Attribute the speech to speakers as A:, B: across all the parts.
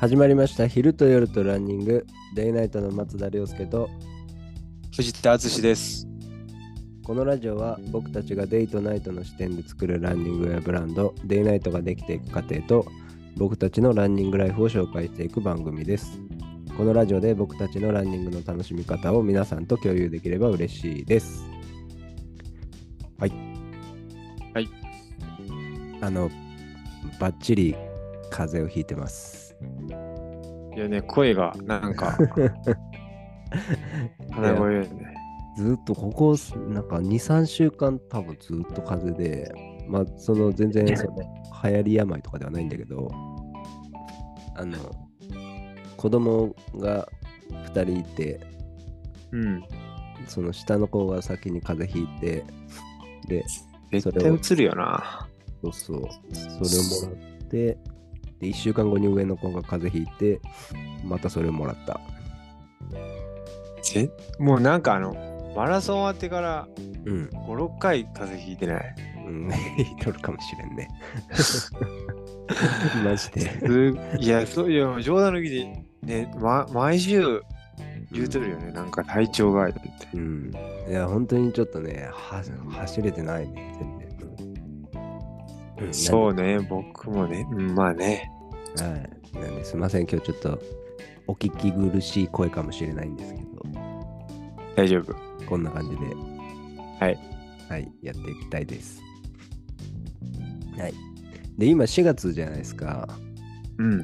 A: 始まりました昼と夜とランニングデイナイトの松田涼介と
B: 藤田敦です。
A: このラジオは僕たちがデイとナイトの視点で作るランニングやブランドデイナイトができていく過程と僕たちのランニングライフを紹介していく番組ですこのラジオで僕たちのランニングの楽しみ方を皆さんと共有できれば嬉しいですはい
B: はい
A: あのバッチリ風邪をひいてます
B: いやね、声がなん か、鼻声ね。
A: ずっとここすなんか23週間多分ずっと風邪でまあその全然その流行り病とかではないんだけどあの子供が2人いて
B: うん。
A: その下の子が先に風邪ひいてで
B: 絶対映るよな。
A: そうそうそれをもらってで1週間後に上の子が風邪ひいてまたそれをもらった
B: ぜもうなんかあの、マラソン終わってから
A: うん、
B: 5、6回風邪ひいてない。
A: うん、 ひとるかもしれんね マジです
B: いや、そういや、冗談の気で、ね、ま、毎週言うとるよね、なんか体調が。って
A: うん。いや、本当にちょっとね、は走れてないね、全然。。
B: そううね、僕もね、うんまあね。
A: なんではい。なんですいません、今日ちょっとお聞き苦しい声かもしれないんですけど、
B: 大丈夫。。
A: こんな感じで。はいはい、やっていきたいです。はい。で、今4月じゃないですか。
B: うん。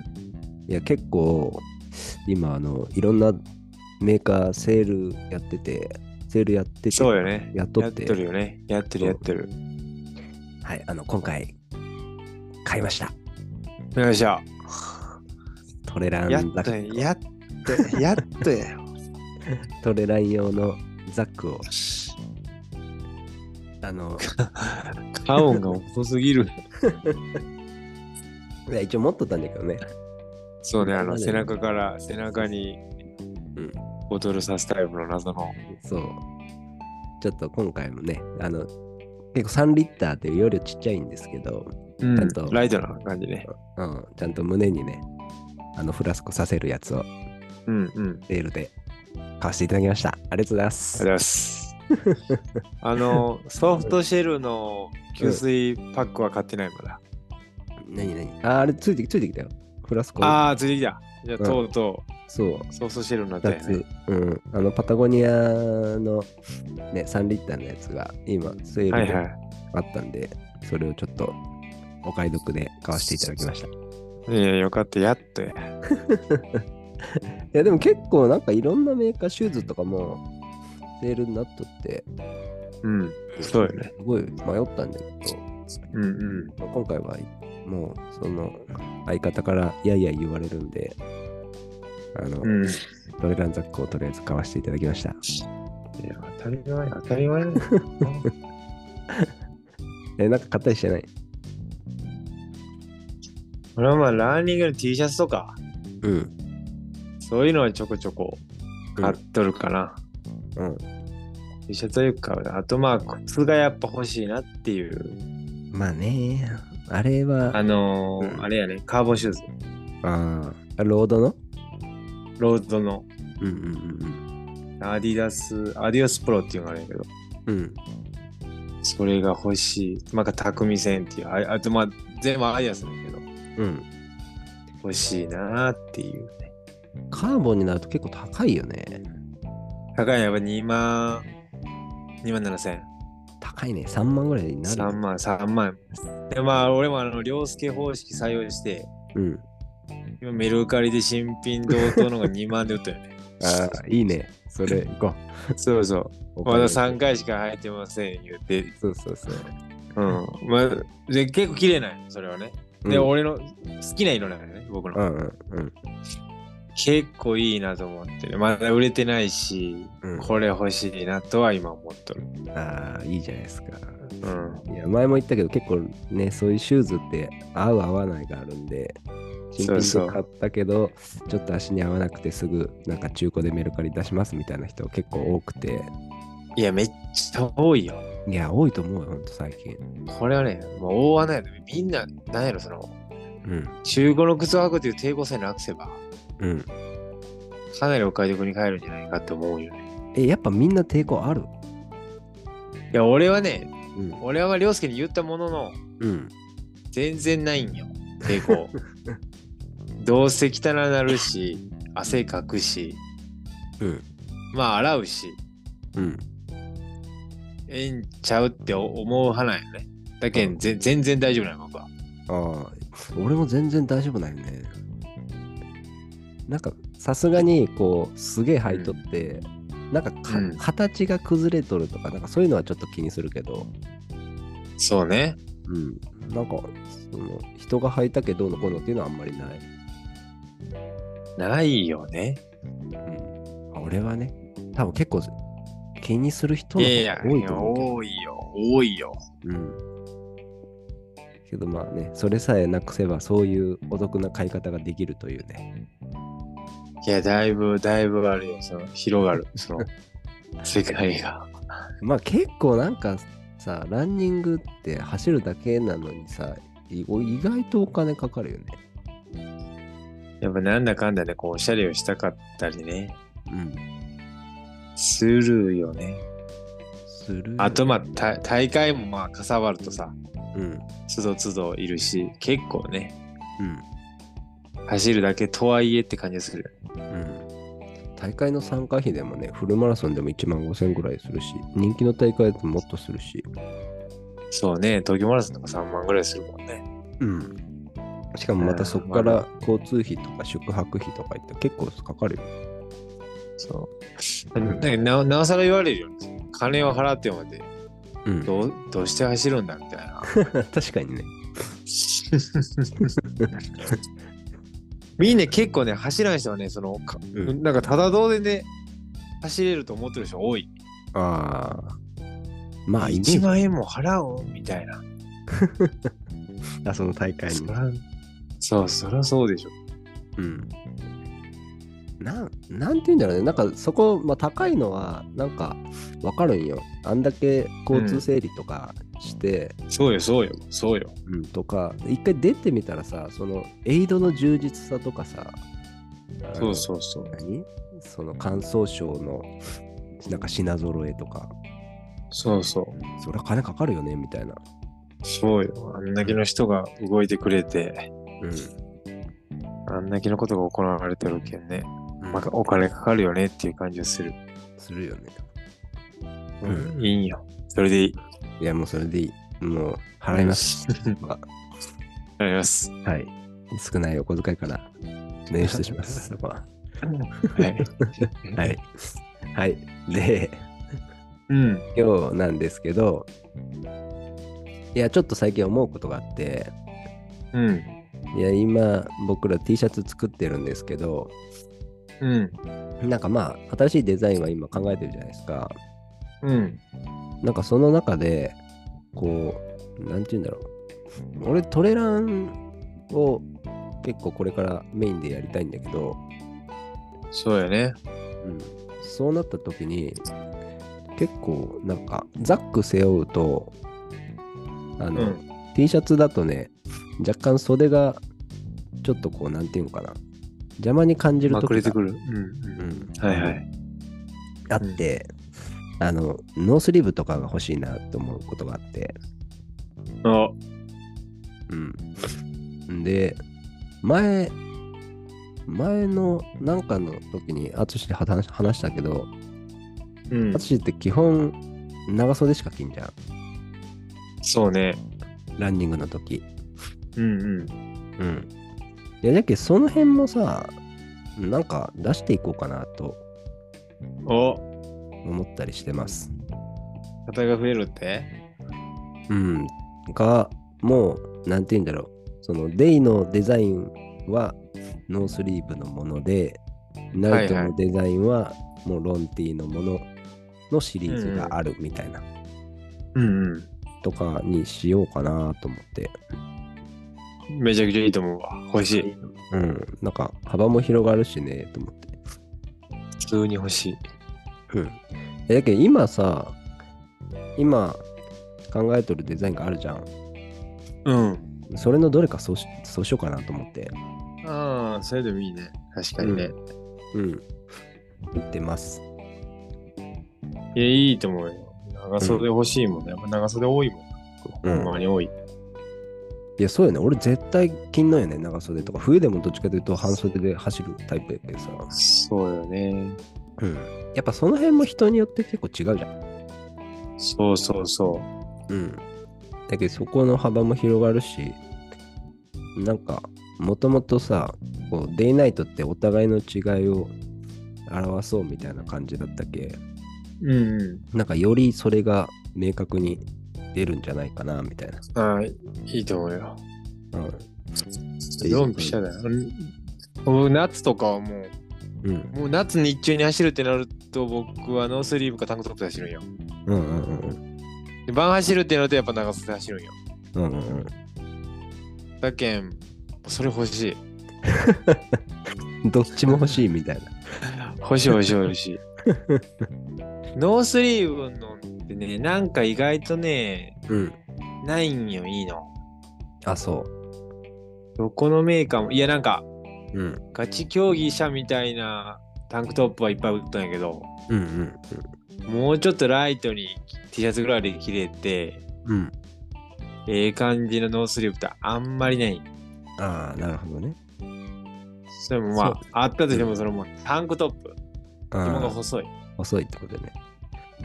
A: いや、結構、今、あの、いろんなメーカー、セールやってて、セールやってて、
B: そうよね。
A: やっと
B: や
A: っ
B: っててるよね。やってるやってる。
A: はい、あの、今回、買いました。
B: よいしょ。
A: トレラン
B: やっ
A: ザ
B: と
A: ッ
B: ね、
A: ク
B: やっと、やっとや よ。
A: トレラン用のザックをあ の
B: カオンが遅す ぎる。
A: いや一応持っとったんだけどね
B: そうね、あの
A: そうだよ
B: 背
A: ね
B: 中から背中に
A: うん
B: ボトルさすタイプの謎の。
A: そうちょっと今回もねあの結構3リッターっていう容量ちっちゃいんですけど、
B: うん
A: ちゃんと
B: ライトな感じね。
A: うん、ちゃんと胸にねあのフラスコさせるやつを
B: うんうん。ありがとう
A: レールで買わせていただきましたありがとうございま
B: ご
A: す
B: ざい ます。あの、ソフトシェルの給水パックは買ってないまだ。
A: 何何ああれついてきついてきたよフラスコ
B: ああ、ついてきた。じゃあ、
A: うん
B: とうと
A: そう
B: うソフトシェルになった
A: 二
B: よね。
A: つ、うん、あのパタゴニアの、ね、3リッターのやつが今セー
B: は
A: ル
B: い
A: で
B: は
A: あ
B: い。
A: ったんで、それをちょっとお買い得で買わせていただきましたい
B: いや、よかった。やっとや。
A: やでも結構なんかいろんなメーカーシューズとかもセールになっとって
B: うん。そうよね
A: すごい迷ったんだけど
B: うんうん。
A: まあ今回はもうその相方からやいやい言われるんであの、
B: うん。い
A: トレランザックをとりあえず買わせていただきました
B: や、当たり前、当たり前だ よ。
A: えなんか買ったりしてない
B: 俺はまあ、ランニングの T シャツとか、
A: うん
B: そういうのはちょこちょこ買っとるかな。
A: うん、
B: T シャツはよく買うな。あとまあ、靴がやっぱ欲しいなっていう。
A: まあねあれは
B: あのー
A: うん
B: あれやね、カーボンシューズ。
A: ああ、ロードの
B: ロードの
A: うんうん
B: アディダス、アディオスプロっていうのがあるんやけど、
A: うんうん。
B: それが欲しい。なんか匠線っていう。ああとまあ、全部アディダスだけど、
A: うん。
B: 欲しいなーっていうね。
A: カーボンになると結構高いよね。
B: 高いのやっぱ2万、2万7千。
A: 高いね。3万ぐらいになる。
B: 3万、3万。でまあ、俺もあの、両助方式採用して、
A: うん。
B: 今メルカリで新品同等のが2万で売ったよね。
A: ああ、いいね。それ、行こ
B: そうそう。
A: う。
B: まだ3回しか入ってません言って、
A: そうそうそう。
B: うんまあ、で結構綺麗なんよそれはね。で、
A: うん、
B: 俺の好きな色なんよね、僕の。
A: うんうんうん
B: 結構いいなと思ってる。まだ売れてないし、
A: うん。
B: これ欲しいなとは今思っとる。
A: ああ、いいじゃないですか。
B: うん、
A: いや、前も言ったけど、結構ね、そういうシューズって合う合わないがあるんで、新
B: そうそ
A: 品
B: う
A: で買ったけど、ちょっと足に合わなくてすぐ、なんか中古でメルカリ出しますみたいな人結構多くて、
B: いや、めっちゃ多いよ。
A: いや、多いと思うよ、ほんと最近。
B: これはね、もう大穴やね。みんな、なんやろ、その、
A: うん
B: 中古の靴を履くという抵抗さえなくせば、
A: うん
B: かなりお買い得に買えるんじゃないかって思うよね。
A: えやっぱみんな抵抗ある
B: いや、俺はね、
A: うん
B: 俺は涼介に言ったものの、
A: うん
B: 全然ないんよ、抵抗。どうせ汚なるし、汗かくし、
A: うん
B: まあ洗うし、
A: うん
B: ええんちゃうって思う派なんよね。だけん、ぜ全然大丈夫なの、僕は。
A: ああ俺も全然大丈夫なんよねなんかさすがにこうすげえ履いとって、なんかか、
B: うん
A: 形が崩れとるとかなんかそういうのはちょっと気にするけど
B: そうね。
A: うんなんかその人が履いたけどどうのこうのっていうのはあんまりない、
B: ないよね。
A: うん、俺はね多分結構気にする人
B: い
A: の
B: や
A: 方
B: いや
A: が多いと思うけど
B: 多いよ、多いよ。
A: うん。けどまあね、それさえなくせばそういうお得な買い方ができるというね。
B: いや、だいぶ、だいぶあるよ、その、広がる、そ の、世界が。
A: まあ結構なんかさ、ランニングって走るだけなのにさ、い意外とお金かかるよね。
B: やっぱなんだかんだで、こう、おしゃれをしたかったりね、
A: うん。
B: するよね。
A: する。
B: あと、まあ、た大会も、まあ、かさばるとさ、
A: うん。うん。
B: つどつどいるし、結構ね、走るだけとはいえって感じがする。
A: うん。大会の参加費でもね、フルマラソンでも1万5000円ぐらいするし、人気の大会だともっとするし。
B: そうね、東京マラソンとか3万ぐらいするもんね。
A: うん。しかもまたそこから交通費とか宿泊費とかいったら結構かかるよ。
B: そう。なんかなおなおさら言われるよね。金を払ってまで、
A: うん
B: どう、どうして走るんだみたいな。
A: 確かにね。
B: みんな結構ね、走らない人はね、その、か
A: う
B: なんかただ同然で走れると思ってる人多い。
A: ああ。まあ、イメ
B: 1
A: ージ
B: 万円も払うみたいな。
A: だ、その大会
B: そ
A: に。
B: ら、そう、そらそうでしょ。
A: うん。なん、なんて言うんだろうね。なんか、そこ、まあ、高いのは、なんか、わかるんよ。あんだけ交通整理とかして、
B: そうよ、そうよ、そうよ。
A: うんとか、一回出てみたらさ、その、エイドの充実さとかさ、あ
B: そ
A: の
B: うそうそう。
A: 何その、感想賞の、なんか品揃えとか、
B: そうそう。
A: そりゃ金かかるよね、みたいな。
B: そうよ。あんだけの人が動いてくれて、
A: う
B: あんだけのことが行われてるけんね。
A: ん。
B: まあ、お金かかるよねっていう感じがする。
A: するよね。
B: うん、いいんよ。それでいい。
A: いや、もうそれでいい。もう、払います。
B: す。 払います。
A: はい。少ないお小遣い から捻出し ます。そこは。
B: はい。
A: はい。はい。で、
B: うん。
A: 今日なんですけど、いや、ちょっと最近思うことがあって、
B: うん。
A: いや、今、僕ら T シャツ作ってるんですけど、
B: うん。
A: なんかまあ、新しいデザインは今考えてるじゃないですか。
B: うん。
A: なんかその中で、こう、なんて言うんだろう。俺、トレランを結構これからメインでやりたいんだけど、
B: そうよね。
A: うん、そうなった時に結構なんかザック背負うとあ
B: う
A: の、
B: ん。
A: T シャツだとね若干袖がちょっとこうなんていうのかな邪魔に感じる
B: ま
A: 時
B: く
A: が、
B: れてくる。うん。
A: う
B: うん
A: ん、
B: はいはい。
A: あって、あのノースリーブとかが欲しいなと思うことがあって、
B: あ、
A: うん、で前前のなんかの時に淳で話話したけど
B: うん。
A: 淳って基本長袖しか着んじゃん
B: そうね。
A: ランニングの時
B: うんうん。
A: うんいやだけどその辺もさなんか出していこうかなと
B: お、
A: 思ったりしてます
B: 肩が増えるって
A: うんがもうなんて言うんだろうそのデイのデザインはノースリーブのものでナイト
B: はい
A: の
B: は
A: デザインはもうロンティーのもののシリーズがあるみたいな
B: うんう
A: とかにしようかなと思って
B: ん。めちゃくちゃいいと思うわ。欲しい。
A: うんなんか幅も広がるしねと思って
B: 普通に欲しい。
A: うん、えだけど今さ今考えとるデザインがあるじゃん
B: うん。
A: それのどれかそうしそうしようかなと思って、
B: ああ、それでもいいね。確かにね。
A: うん、言ってます。
B: いや、いいと思うよ。長袖欲しいもんね。やっぱ長袖多いもん。
A: う
B: ほ
A: ん
B: んまに多い。
A: いや、そうよね。俺絶対着んないよね、長袖とか。冬でもどっちかというと半袖で走るタイプやけどさ。
B: そうよね。
A: うん。やっぱその辺も人によって結構違うじゃん。
B: そうそうそ
A: うん。だけどそこの幅も広がるし、なんか、もともとさ、こう、デイナイトってお互いの違いを表そうみたいな感じだったけ、
B: う。うんう
A: なんかよりそれが明確に出るんじゃないかな、みたいな。
B: ん。ああ、いいと思うよ。
A: う
B: ドンピシャだよ。僕、夏とかはも
A: ん。うん
B: う、。もう夏日中に走るってなると、僕はノースリーブかタンクトップで走るんよ。
A: うんうんうん
B: で晩走るってなると、やっぱ長袖で走るんよ。
A: うん。うんうん
B: だけん、それ欲しい。
A: うん。どっちも欲しいみたいな。
B: 欲しい欲しい 欲しい。ノースリーブのってね、なんか意外とね、
A: うん。
B: ないんよ、いいの。
A: あ、そ
B: どこのメーカーも、いや、なんか、
A: う。うん。
B: ガチ競技者みたいなタンクトップはいっぱい売ったんやけど、
A: うん
B: もうちょっとライトに T シャツぐらいで切れて、
A: うん。うん。
B: ええ感じのノースリーブってあんまりない。
A: ああ、なるほどね。
B: それもま
A: そ
B: あ、あったとしても、それもタンクトップ。
A: あ
B: 紐が
A: ー
B: 細い。
A: 遅いってことね。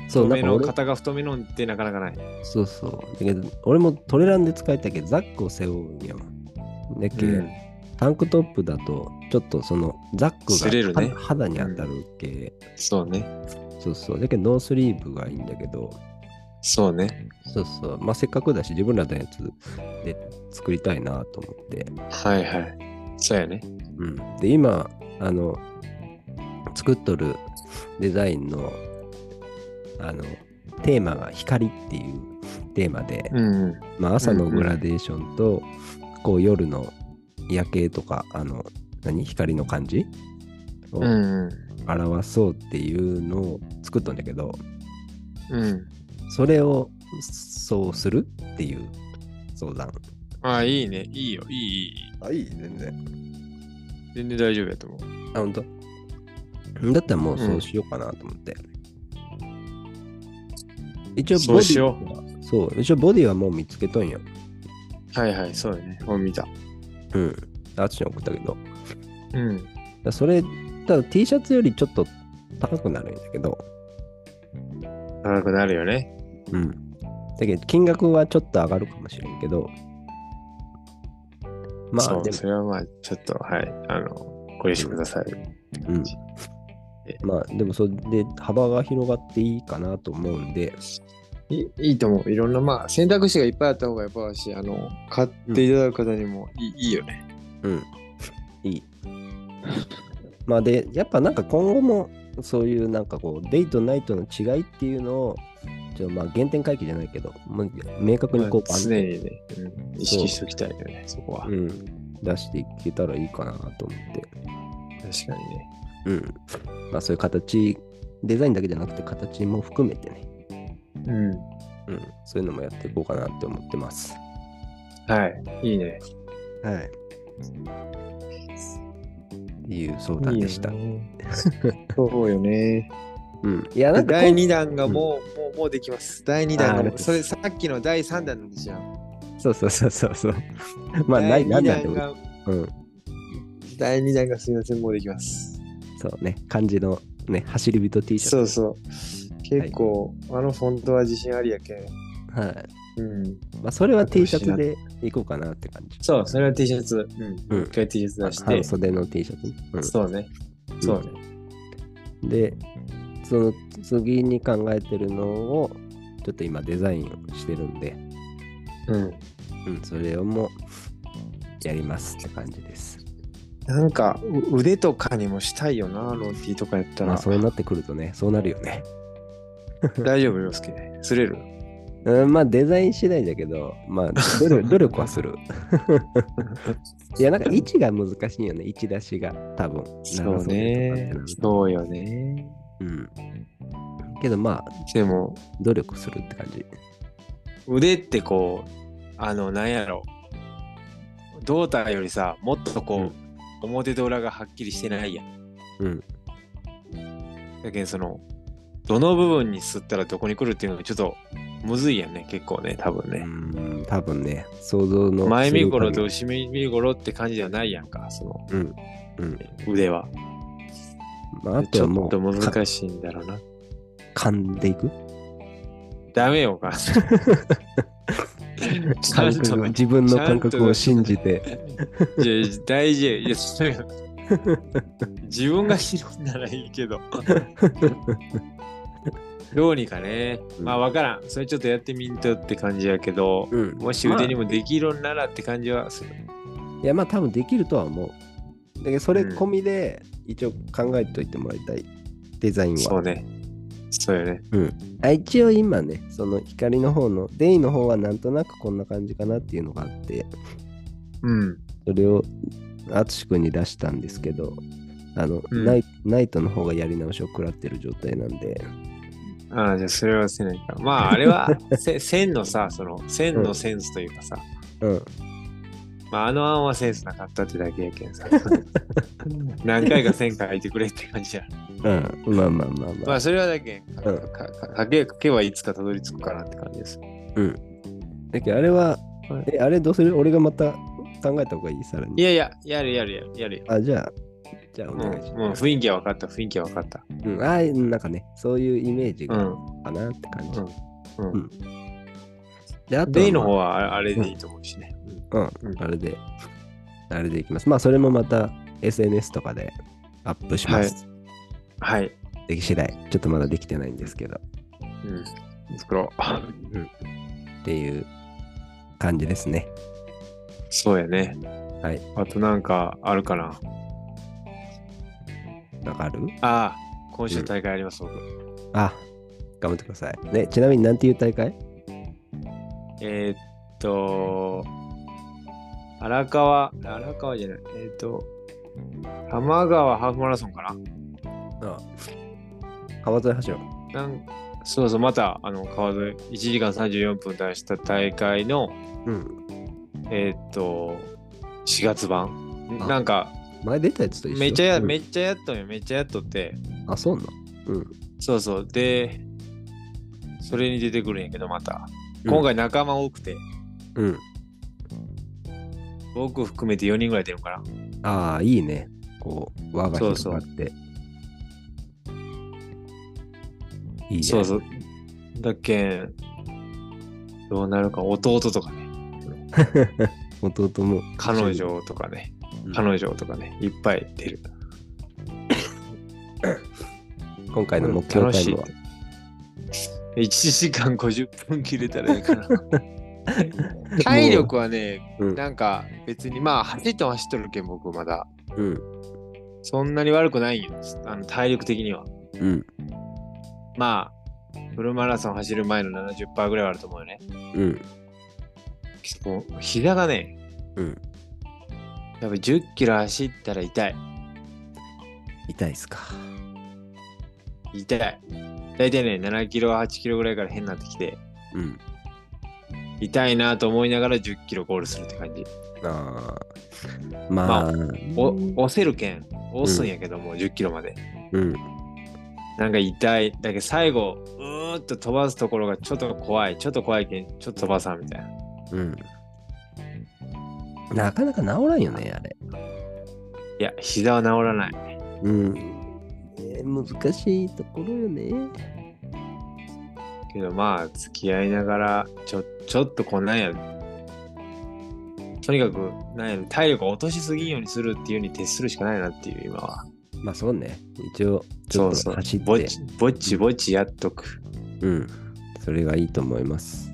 A: そ
B: 太
A: う、な
B: め
A: んか
B: の、
A: 俺
B: 肩が太めのってなかなかない。
A: そうそう。だけど、俺もトレランで使いたいけど、ザックを背負うんやわ。だけ、
B: うん
A: タンクトップだと、ちょっとその、ザックが
B: 擦れるね
A: は肌に当たるけ、
B: そうね。
A: そうそう。だけど、ノースリーブがいいんだけど、
B: そうね。
A: そうそう。まあ、せっかくだし、自分らのやつで作りたいなと思って。
B: はいはい。そうやね。
A: うん、で今あの作っとるデザインのあのテーマが光っていうテーマで、
B: うん。
A: まあ、朝のグラデーションと、こう夜の夜景とかあの何光の感じを
B: うん。
A: 表そうっていうのを作っとんだけど
B: うん。
A: それをそうするっていう相談
B: ああ、いいね。いいよ。いい、いい。
A: あいい全然
B: 全然大丈夫やと思う。
A: あ本当だったらもうそうしようかなと思って。一応ボディ
B: そうしよ
A: う。そう、一応ボディはもう見つけとんよ。
B: はいはい、そうだね。もう見た。
A: うん。あっちに送ったけど。だか
B: うん。
A: らそれ、ただ T シャツよりちょっと高くなるんだけど。
B: 長くなるよね。
A: うん。だけど金額はちょっと上がるかもしれんけど。まあ、
B: そう
A: でも
B: そ、れはまあ、ちょっと、はい。あの、ご了承ください。
A: うん
B: じ。
A: まあ、でもそれで幅が広がっていいかなと思うんで。
B: いいいと思う。いろんな、まあ、選択肢がいっぱいあった方がやっぱし、あの、買っていただく方にもいい,、いいよね。
A: うん。いい。まあで、やっぱなんか今後もそういうなんかこう、デイとナイトの違いっていうのを、ちょっとまあ原点回帰じゃないけど、もう明確にこう、
B: まあ常にね、うん、意
A: そう
B: 識しておきたいよね、そこは。
A: バンうん、出していけたらいいかなと思って。
B: 確かにね。
A: うん。まあそういう形、デザインだけじゃなくて形も含めてね、
B: う
A: う
B: ん。
A: ん、そういうのもやっていこうかなって思ってます。
B: はい。いいね。
A: はい。っていう相談でした。
B: いいよね そうよね。
A: うん。いや、なんか
B: 第2弾がもう、もう、もうできます。第2
A: あ
B: 弾
A: ー
B: が、それさっきの第3弾なんですよ。
A: そうそうそうそうそう。まあ、な
B: 第
A: い、
B: 2
A: なんなんて
B: 弾
A: こと
B: が、
A: うん。
B: 第2弾がすみません、もうできます。
A: そうね、漢字のね、走り人 T シ
B: そ
A: ャ
B: う
A: ツ。
B: そう。結構、あのフォントは自信ありやけん。
A: はい。
B: うん。
A: まあ、それは T シャツでいこうかなって感じ。
B: そう、それは T シャツ。う
A: うん
B: ん。一回 T シャツ出し
A: 半
B: て。
A: 袖の T シャツね、うん
B: そうね。そうね。
A: で、その次に考えてるのを、ちょっと今デザインをしてるんで、
B: うん。
A: うん、それをもやりますって感じです。
B: なんか、う腕とかにもしたいよな、ロンティとかやった
A: まあ、
B: ら。
A: そうなってくるとね、そうなるよね。
B: 大丈夫、よすけ。すれ る。
A: うん、まあ、デザイン次第だけど、まあ、努力努力はする。いや、なんか位置が難しいよね、位置出しが、多分
B: そう
A: 長袖とかって
B: ね
A: なる。と
B: そうよね。
A: うん。けどまあ、
B: でも、
A: 努力するって感じ。
B: 腕ってこうあのなんやろ胴体よりさもっとこう、
A: うん
B: 表と裏がはっきりしてないやん
A: うん
B: だけどそのどの部分に吸ったらどこに来るっていうのがちょっとむずいやんね結構ね多分
A: う
B: ね、
A: ん多分ね想像の
B: 前身頃と
A: う
B: 後ろ頃って感じじゃないやんかその
A: うんうん、
B: 腕は
A: まあ、あと
B: ち
A: は
B: ょ
A: も
B: っと
A: うか
B: 難しいんだろうな
A: 噛んでいく
B: ダメよか ちゃ
A: 感
B: んと
A: 覚自分の感覚を信じて
B: いや大事やいやそういう自分が拾うならいい けどどうにかねまあ分からんそれちょっとやってみんとって感じやけど
A: うん
B: もし腕にもできるんならって感じはする、
A: いやまあ多分できるとは思う。だけどそれ込みで一応考えておいてもらいたい。デザイン
B: そ
A: は。
B: うねそうよね
A: あ一応今ね、その光の方の、デイの方はなんとなくこんな感じかなっていうのがあって、
B: うん
A: それを淳君に出したんですけど、あの、
B: うん
A: ナイナイトの方がやり直しを食らってる状態なんで、
B: ああじゃあそれはせないかまああ れはせ線のさその線のセンスというかさ、
A: うん。
B: まあ、あの案はセンスなかったってだけやけ んさ何回か線書いてくれって感じや
A: うん。まあまあまあま
B: ま
A: あ。
B: あそれはだけ、か
A: うん
B: かかかけ書けばいつかたどり着くかなって感じです。
A: だけどあれは
B: はい、
A: え、あれどうする俺がまた考えた方がいいさら
B: い
A: に。
B: やいや、やるやるやるやるよ。
A: あ、じゃあ、じゃあお
B: もう
A: 願いし
B: もう
A: ます。
B: 雰囲気は分かった、雰囲気は分かった。
A: うん、あーなんかね、そういうイメージ
B: う
A: が
B: ん。
A: かなって感じ。
B: うん
A: うんで、あとは
B: デイの
A: ま
B: 方はああれでいいと思うしね。
A: あ、うん、あれで、あれでいきます。まあ、それもまた SNS とかでアップします。
B: はい。
A: でき次第。ちょっとまだできてないんですけど、
B: うん。作ろう。
A: っていう感じですね。
B: そうやね。
A: はい。
B: あとなんかあるかな。
A: わかる
B: ああ、今週大会あります、僕。
A: あ、頑張ってください。ね、ちなみになんていう大会
B: えー、っと、荒川、荒川じゃない。えー、っと、浜川ハーフマラソンかな。
A: あ川沿い走ろ
B: なんそうそう、また、あの、川沿い、1時間34分出した大会の、
A: う。うん。
B: えーっと、4月版。
A: あ
B: なんか、
A: 前出たやつと一緒
B: めっちゃや、
A: うん
B: めっちゃやっとんよ、めっちゃやっとって。
A: あ、そうなのうん。
B: そうそう、で、それに出てくるんやけど、また。
A: うん
B: 今回仲間多くて、
A: うん。
B: 僕含めて4人ぐらい出るのか
A: ああ、いいね。こう、輪が広
B: そう
A: が
B: そ
A: っ
B: う
A: て。いい
B: な。
A: ね。
B: そうそう。だっけん、どうなるか、弟とかね、
A: 弟も
B: 彼女とかね、彼女とかね、いっぱい出る。
A: 今回の目標タイムは
B: 楽しい1時間50分切れた らいいかな体力はね、
A: うん
B: なんか別にまあ走っても走っとるけん僕まだ
A: うん
B: そんなに悪くないんよあの体力的には
A: うん
B: まあフルマラソン走る前の70%ぐらいはあると思うよね
A: うん
B: もう膝がね、
A: うん
B: やっぱ10キロ走ったら痛い
A: 痛いっすか
B: 痛い大体ね7キロ8キロぐらいから変になってきて
A: うん
B: 痛いなと思いながら10キロゴールするって感じ
A: あーまあ、
B: お押せるけん押すんやけども、10キロまで
A: うん
B: なんか痛いだけど最後うーんと飛ばすところがちょっと怖いちょっと怖いけんちょっと飛ばさんみたいな
A: うんなかなか治らんよねあれ
B: いや膝は治らない
A: うん、えー難しいところよね
B: けどまあ付き合いながらちょちょっとこうなんやとにかくなんやろ体力を落としすぎんようにするっていうに徹するしかないなっていう今は
A: まあそうね一応ち
B: そ
A: ょ
B: う
A: っ
B: そ
A: と
B: う
A: 走って
B: ぼっちぼっちぼっちやっとく
A: うんそれがいいと思います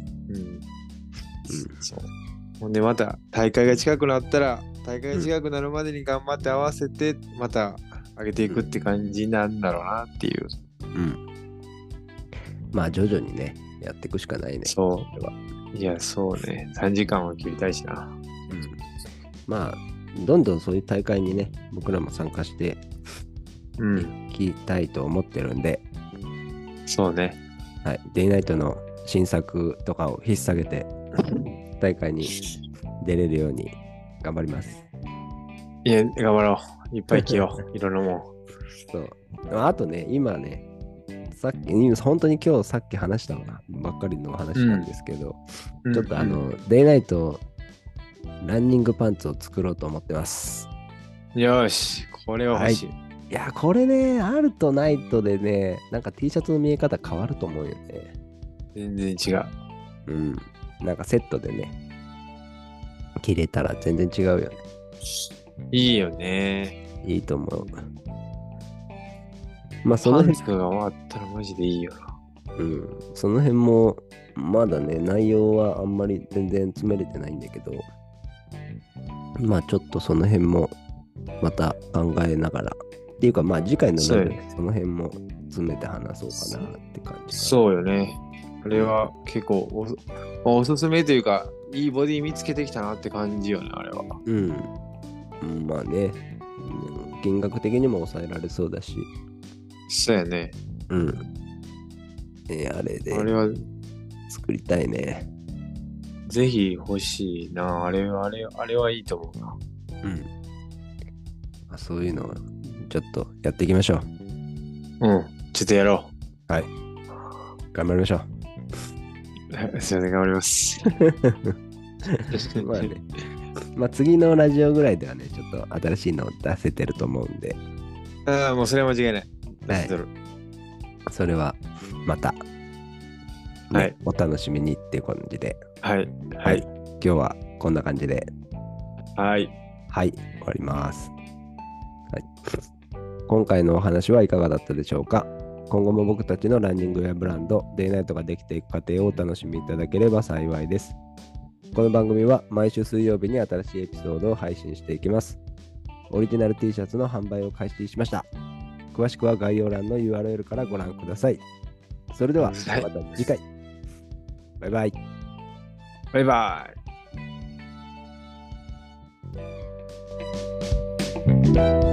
B: うん、そうほんでまた大会が近くなったら大会が近くなるまでに頑張って合わせてまた上げていくって感じなんだろうなっていう、
A: うんまあ徐々にねやっていくしかないね
B: そ
A: これは
B: ういやそうね3時間は切りたいしな
A: うんまあどんどんそういう大会にね僕らも参加して
B: うん
A: いきたいと思ってるんで、
B: そうね
A: はい、デイナイトの 新作とかを引っ提げて大会に出れるように頑張ります。
B: いや、頑張ろう。いっぱい着 よう。いろんなも
A: そう。ああとね、今ね、さっき、今本当に今日さっき話したばっかりの話なんですけど、
B: ん。
A: ちょっとあ
B: うん。
A: の、デイナイト、ランニングパンツを作ろうと思ってます。
B: よし、これは欲しい。
A: いや、これね、あるとないとでね、なんか T シャツの見え方変わると思うよね。
B: 全然違う。
A: うん。なんかセットでね、着れたら全然違うよね。
B: いいよね。
A: いいと思う。まあ、その
B: パン
A: 辺
B: ツが終わったらマジでいいよな。
A: うん、その辺もまだね内容はあんまり全然詰めれてないんだけどまあちょっとその辺もまた考えながらっていうかまあ次回の
B: そ
A: ラ
B: うよ
A: ジオ
B: ね
A: でその辺も詰めて話そうかなって感じか
B: そうよね。これは結構おすおすすめというか、いいボディ見つけてきたなって感じよね、あれは。
A: ううんうんまあねうん金額的にも抑えられそうだし
B: そうやね。
A: うんえあれで
B: あれは
A: 作りたいね
B: ぜひ欲しいな。あれは、あれ、あれはいいと思うな。
A: うんまあそういうのをちょっとやっていきましょう
B: うん。ちょっとやろ
A: 頑張りまし ょう
B: う。 はいすいません、頑張ります。
A: まあね、まあ次のラジオぐらいではね、ちょっと新しいのを出せてると思うんで、
B: ああ、もうそれは間違いな
A: は
B: い。
A: い
B: 出せとる
A: それはまた、ね
B: はい
A: お楽しみにっていう感じで、
B: はい。
A: はい今日はこんな感じで、
B: はい。
A: はい、終わります。はい、今回のお話はいかがだったでしょうか今後も僕たちのランニングウェアブランド、デイナイトができていく過程をお楽しみいただければ幸いです。この番組は毎週水曜日に新しいエピソードを配信していきます。オリジナル T シャツの販売を開始しました。詳しくは概要欄の URL からご覧ください。それでは、ま
B: はい
A: た次回。バイバイ。
B: バイバ
A: 「
B: イ。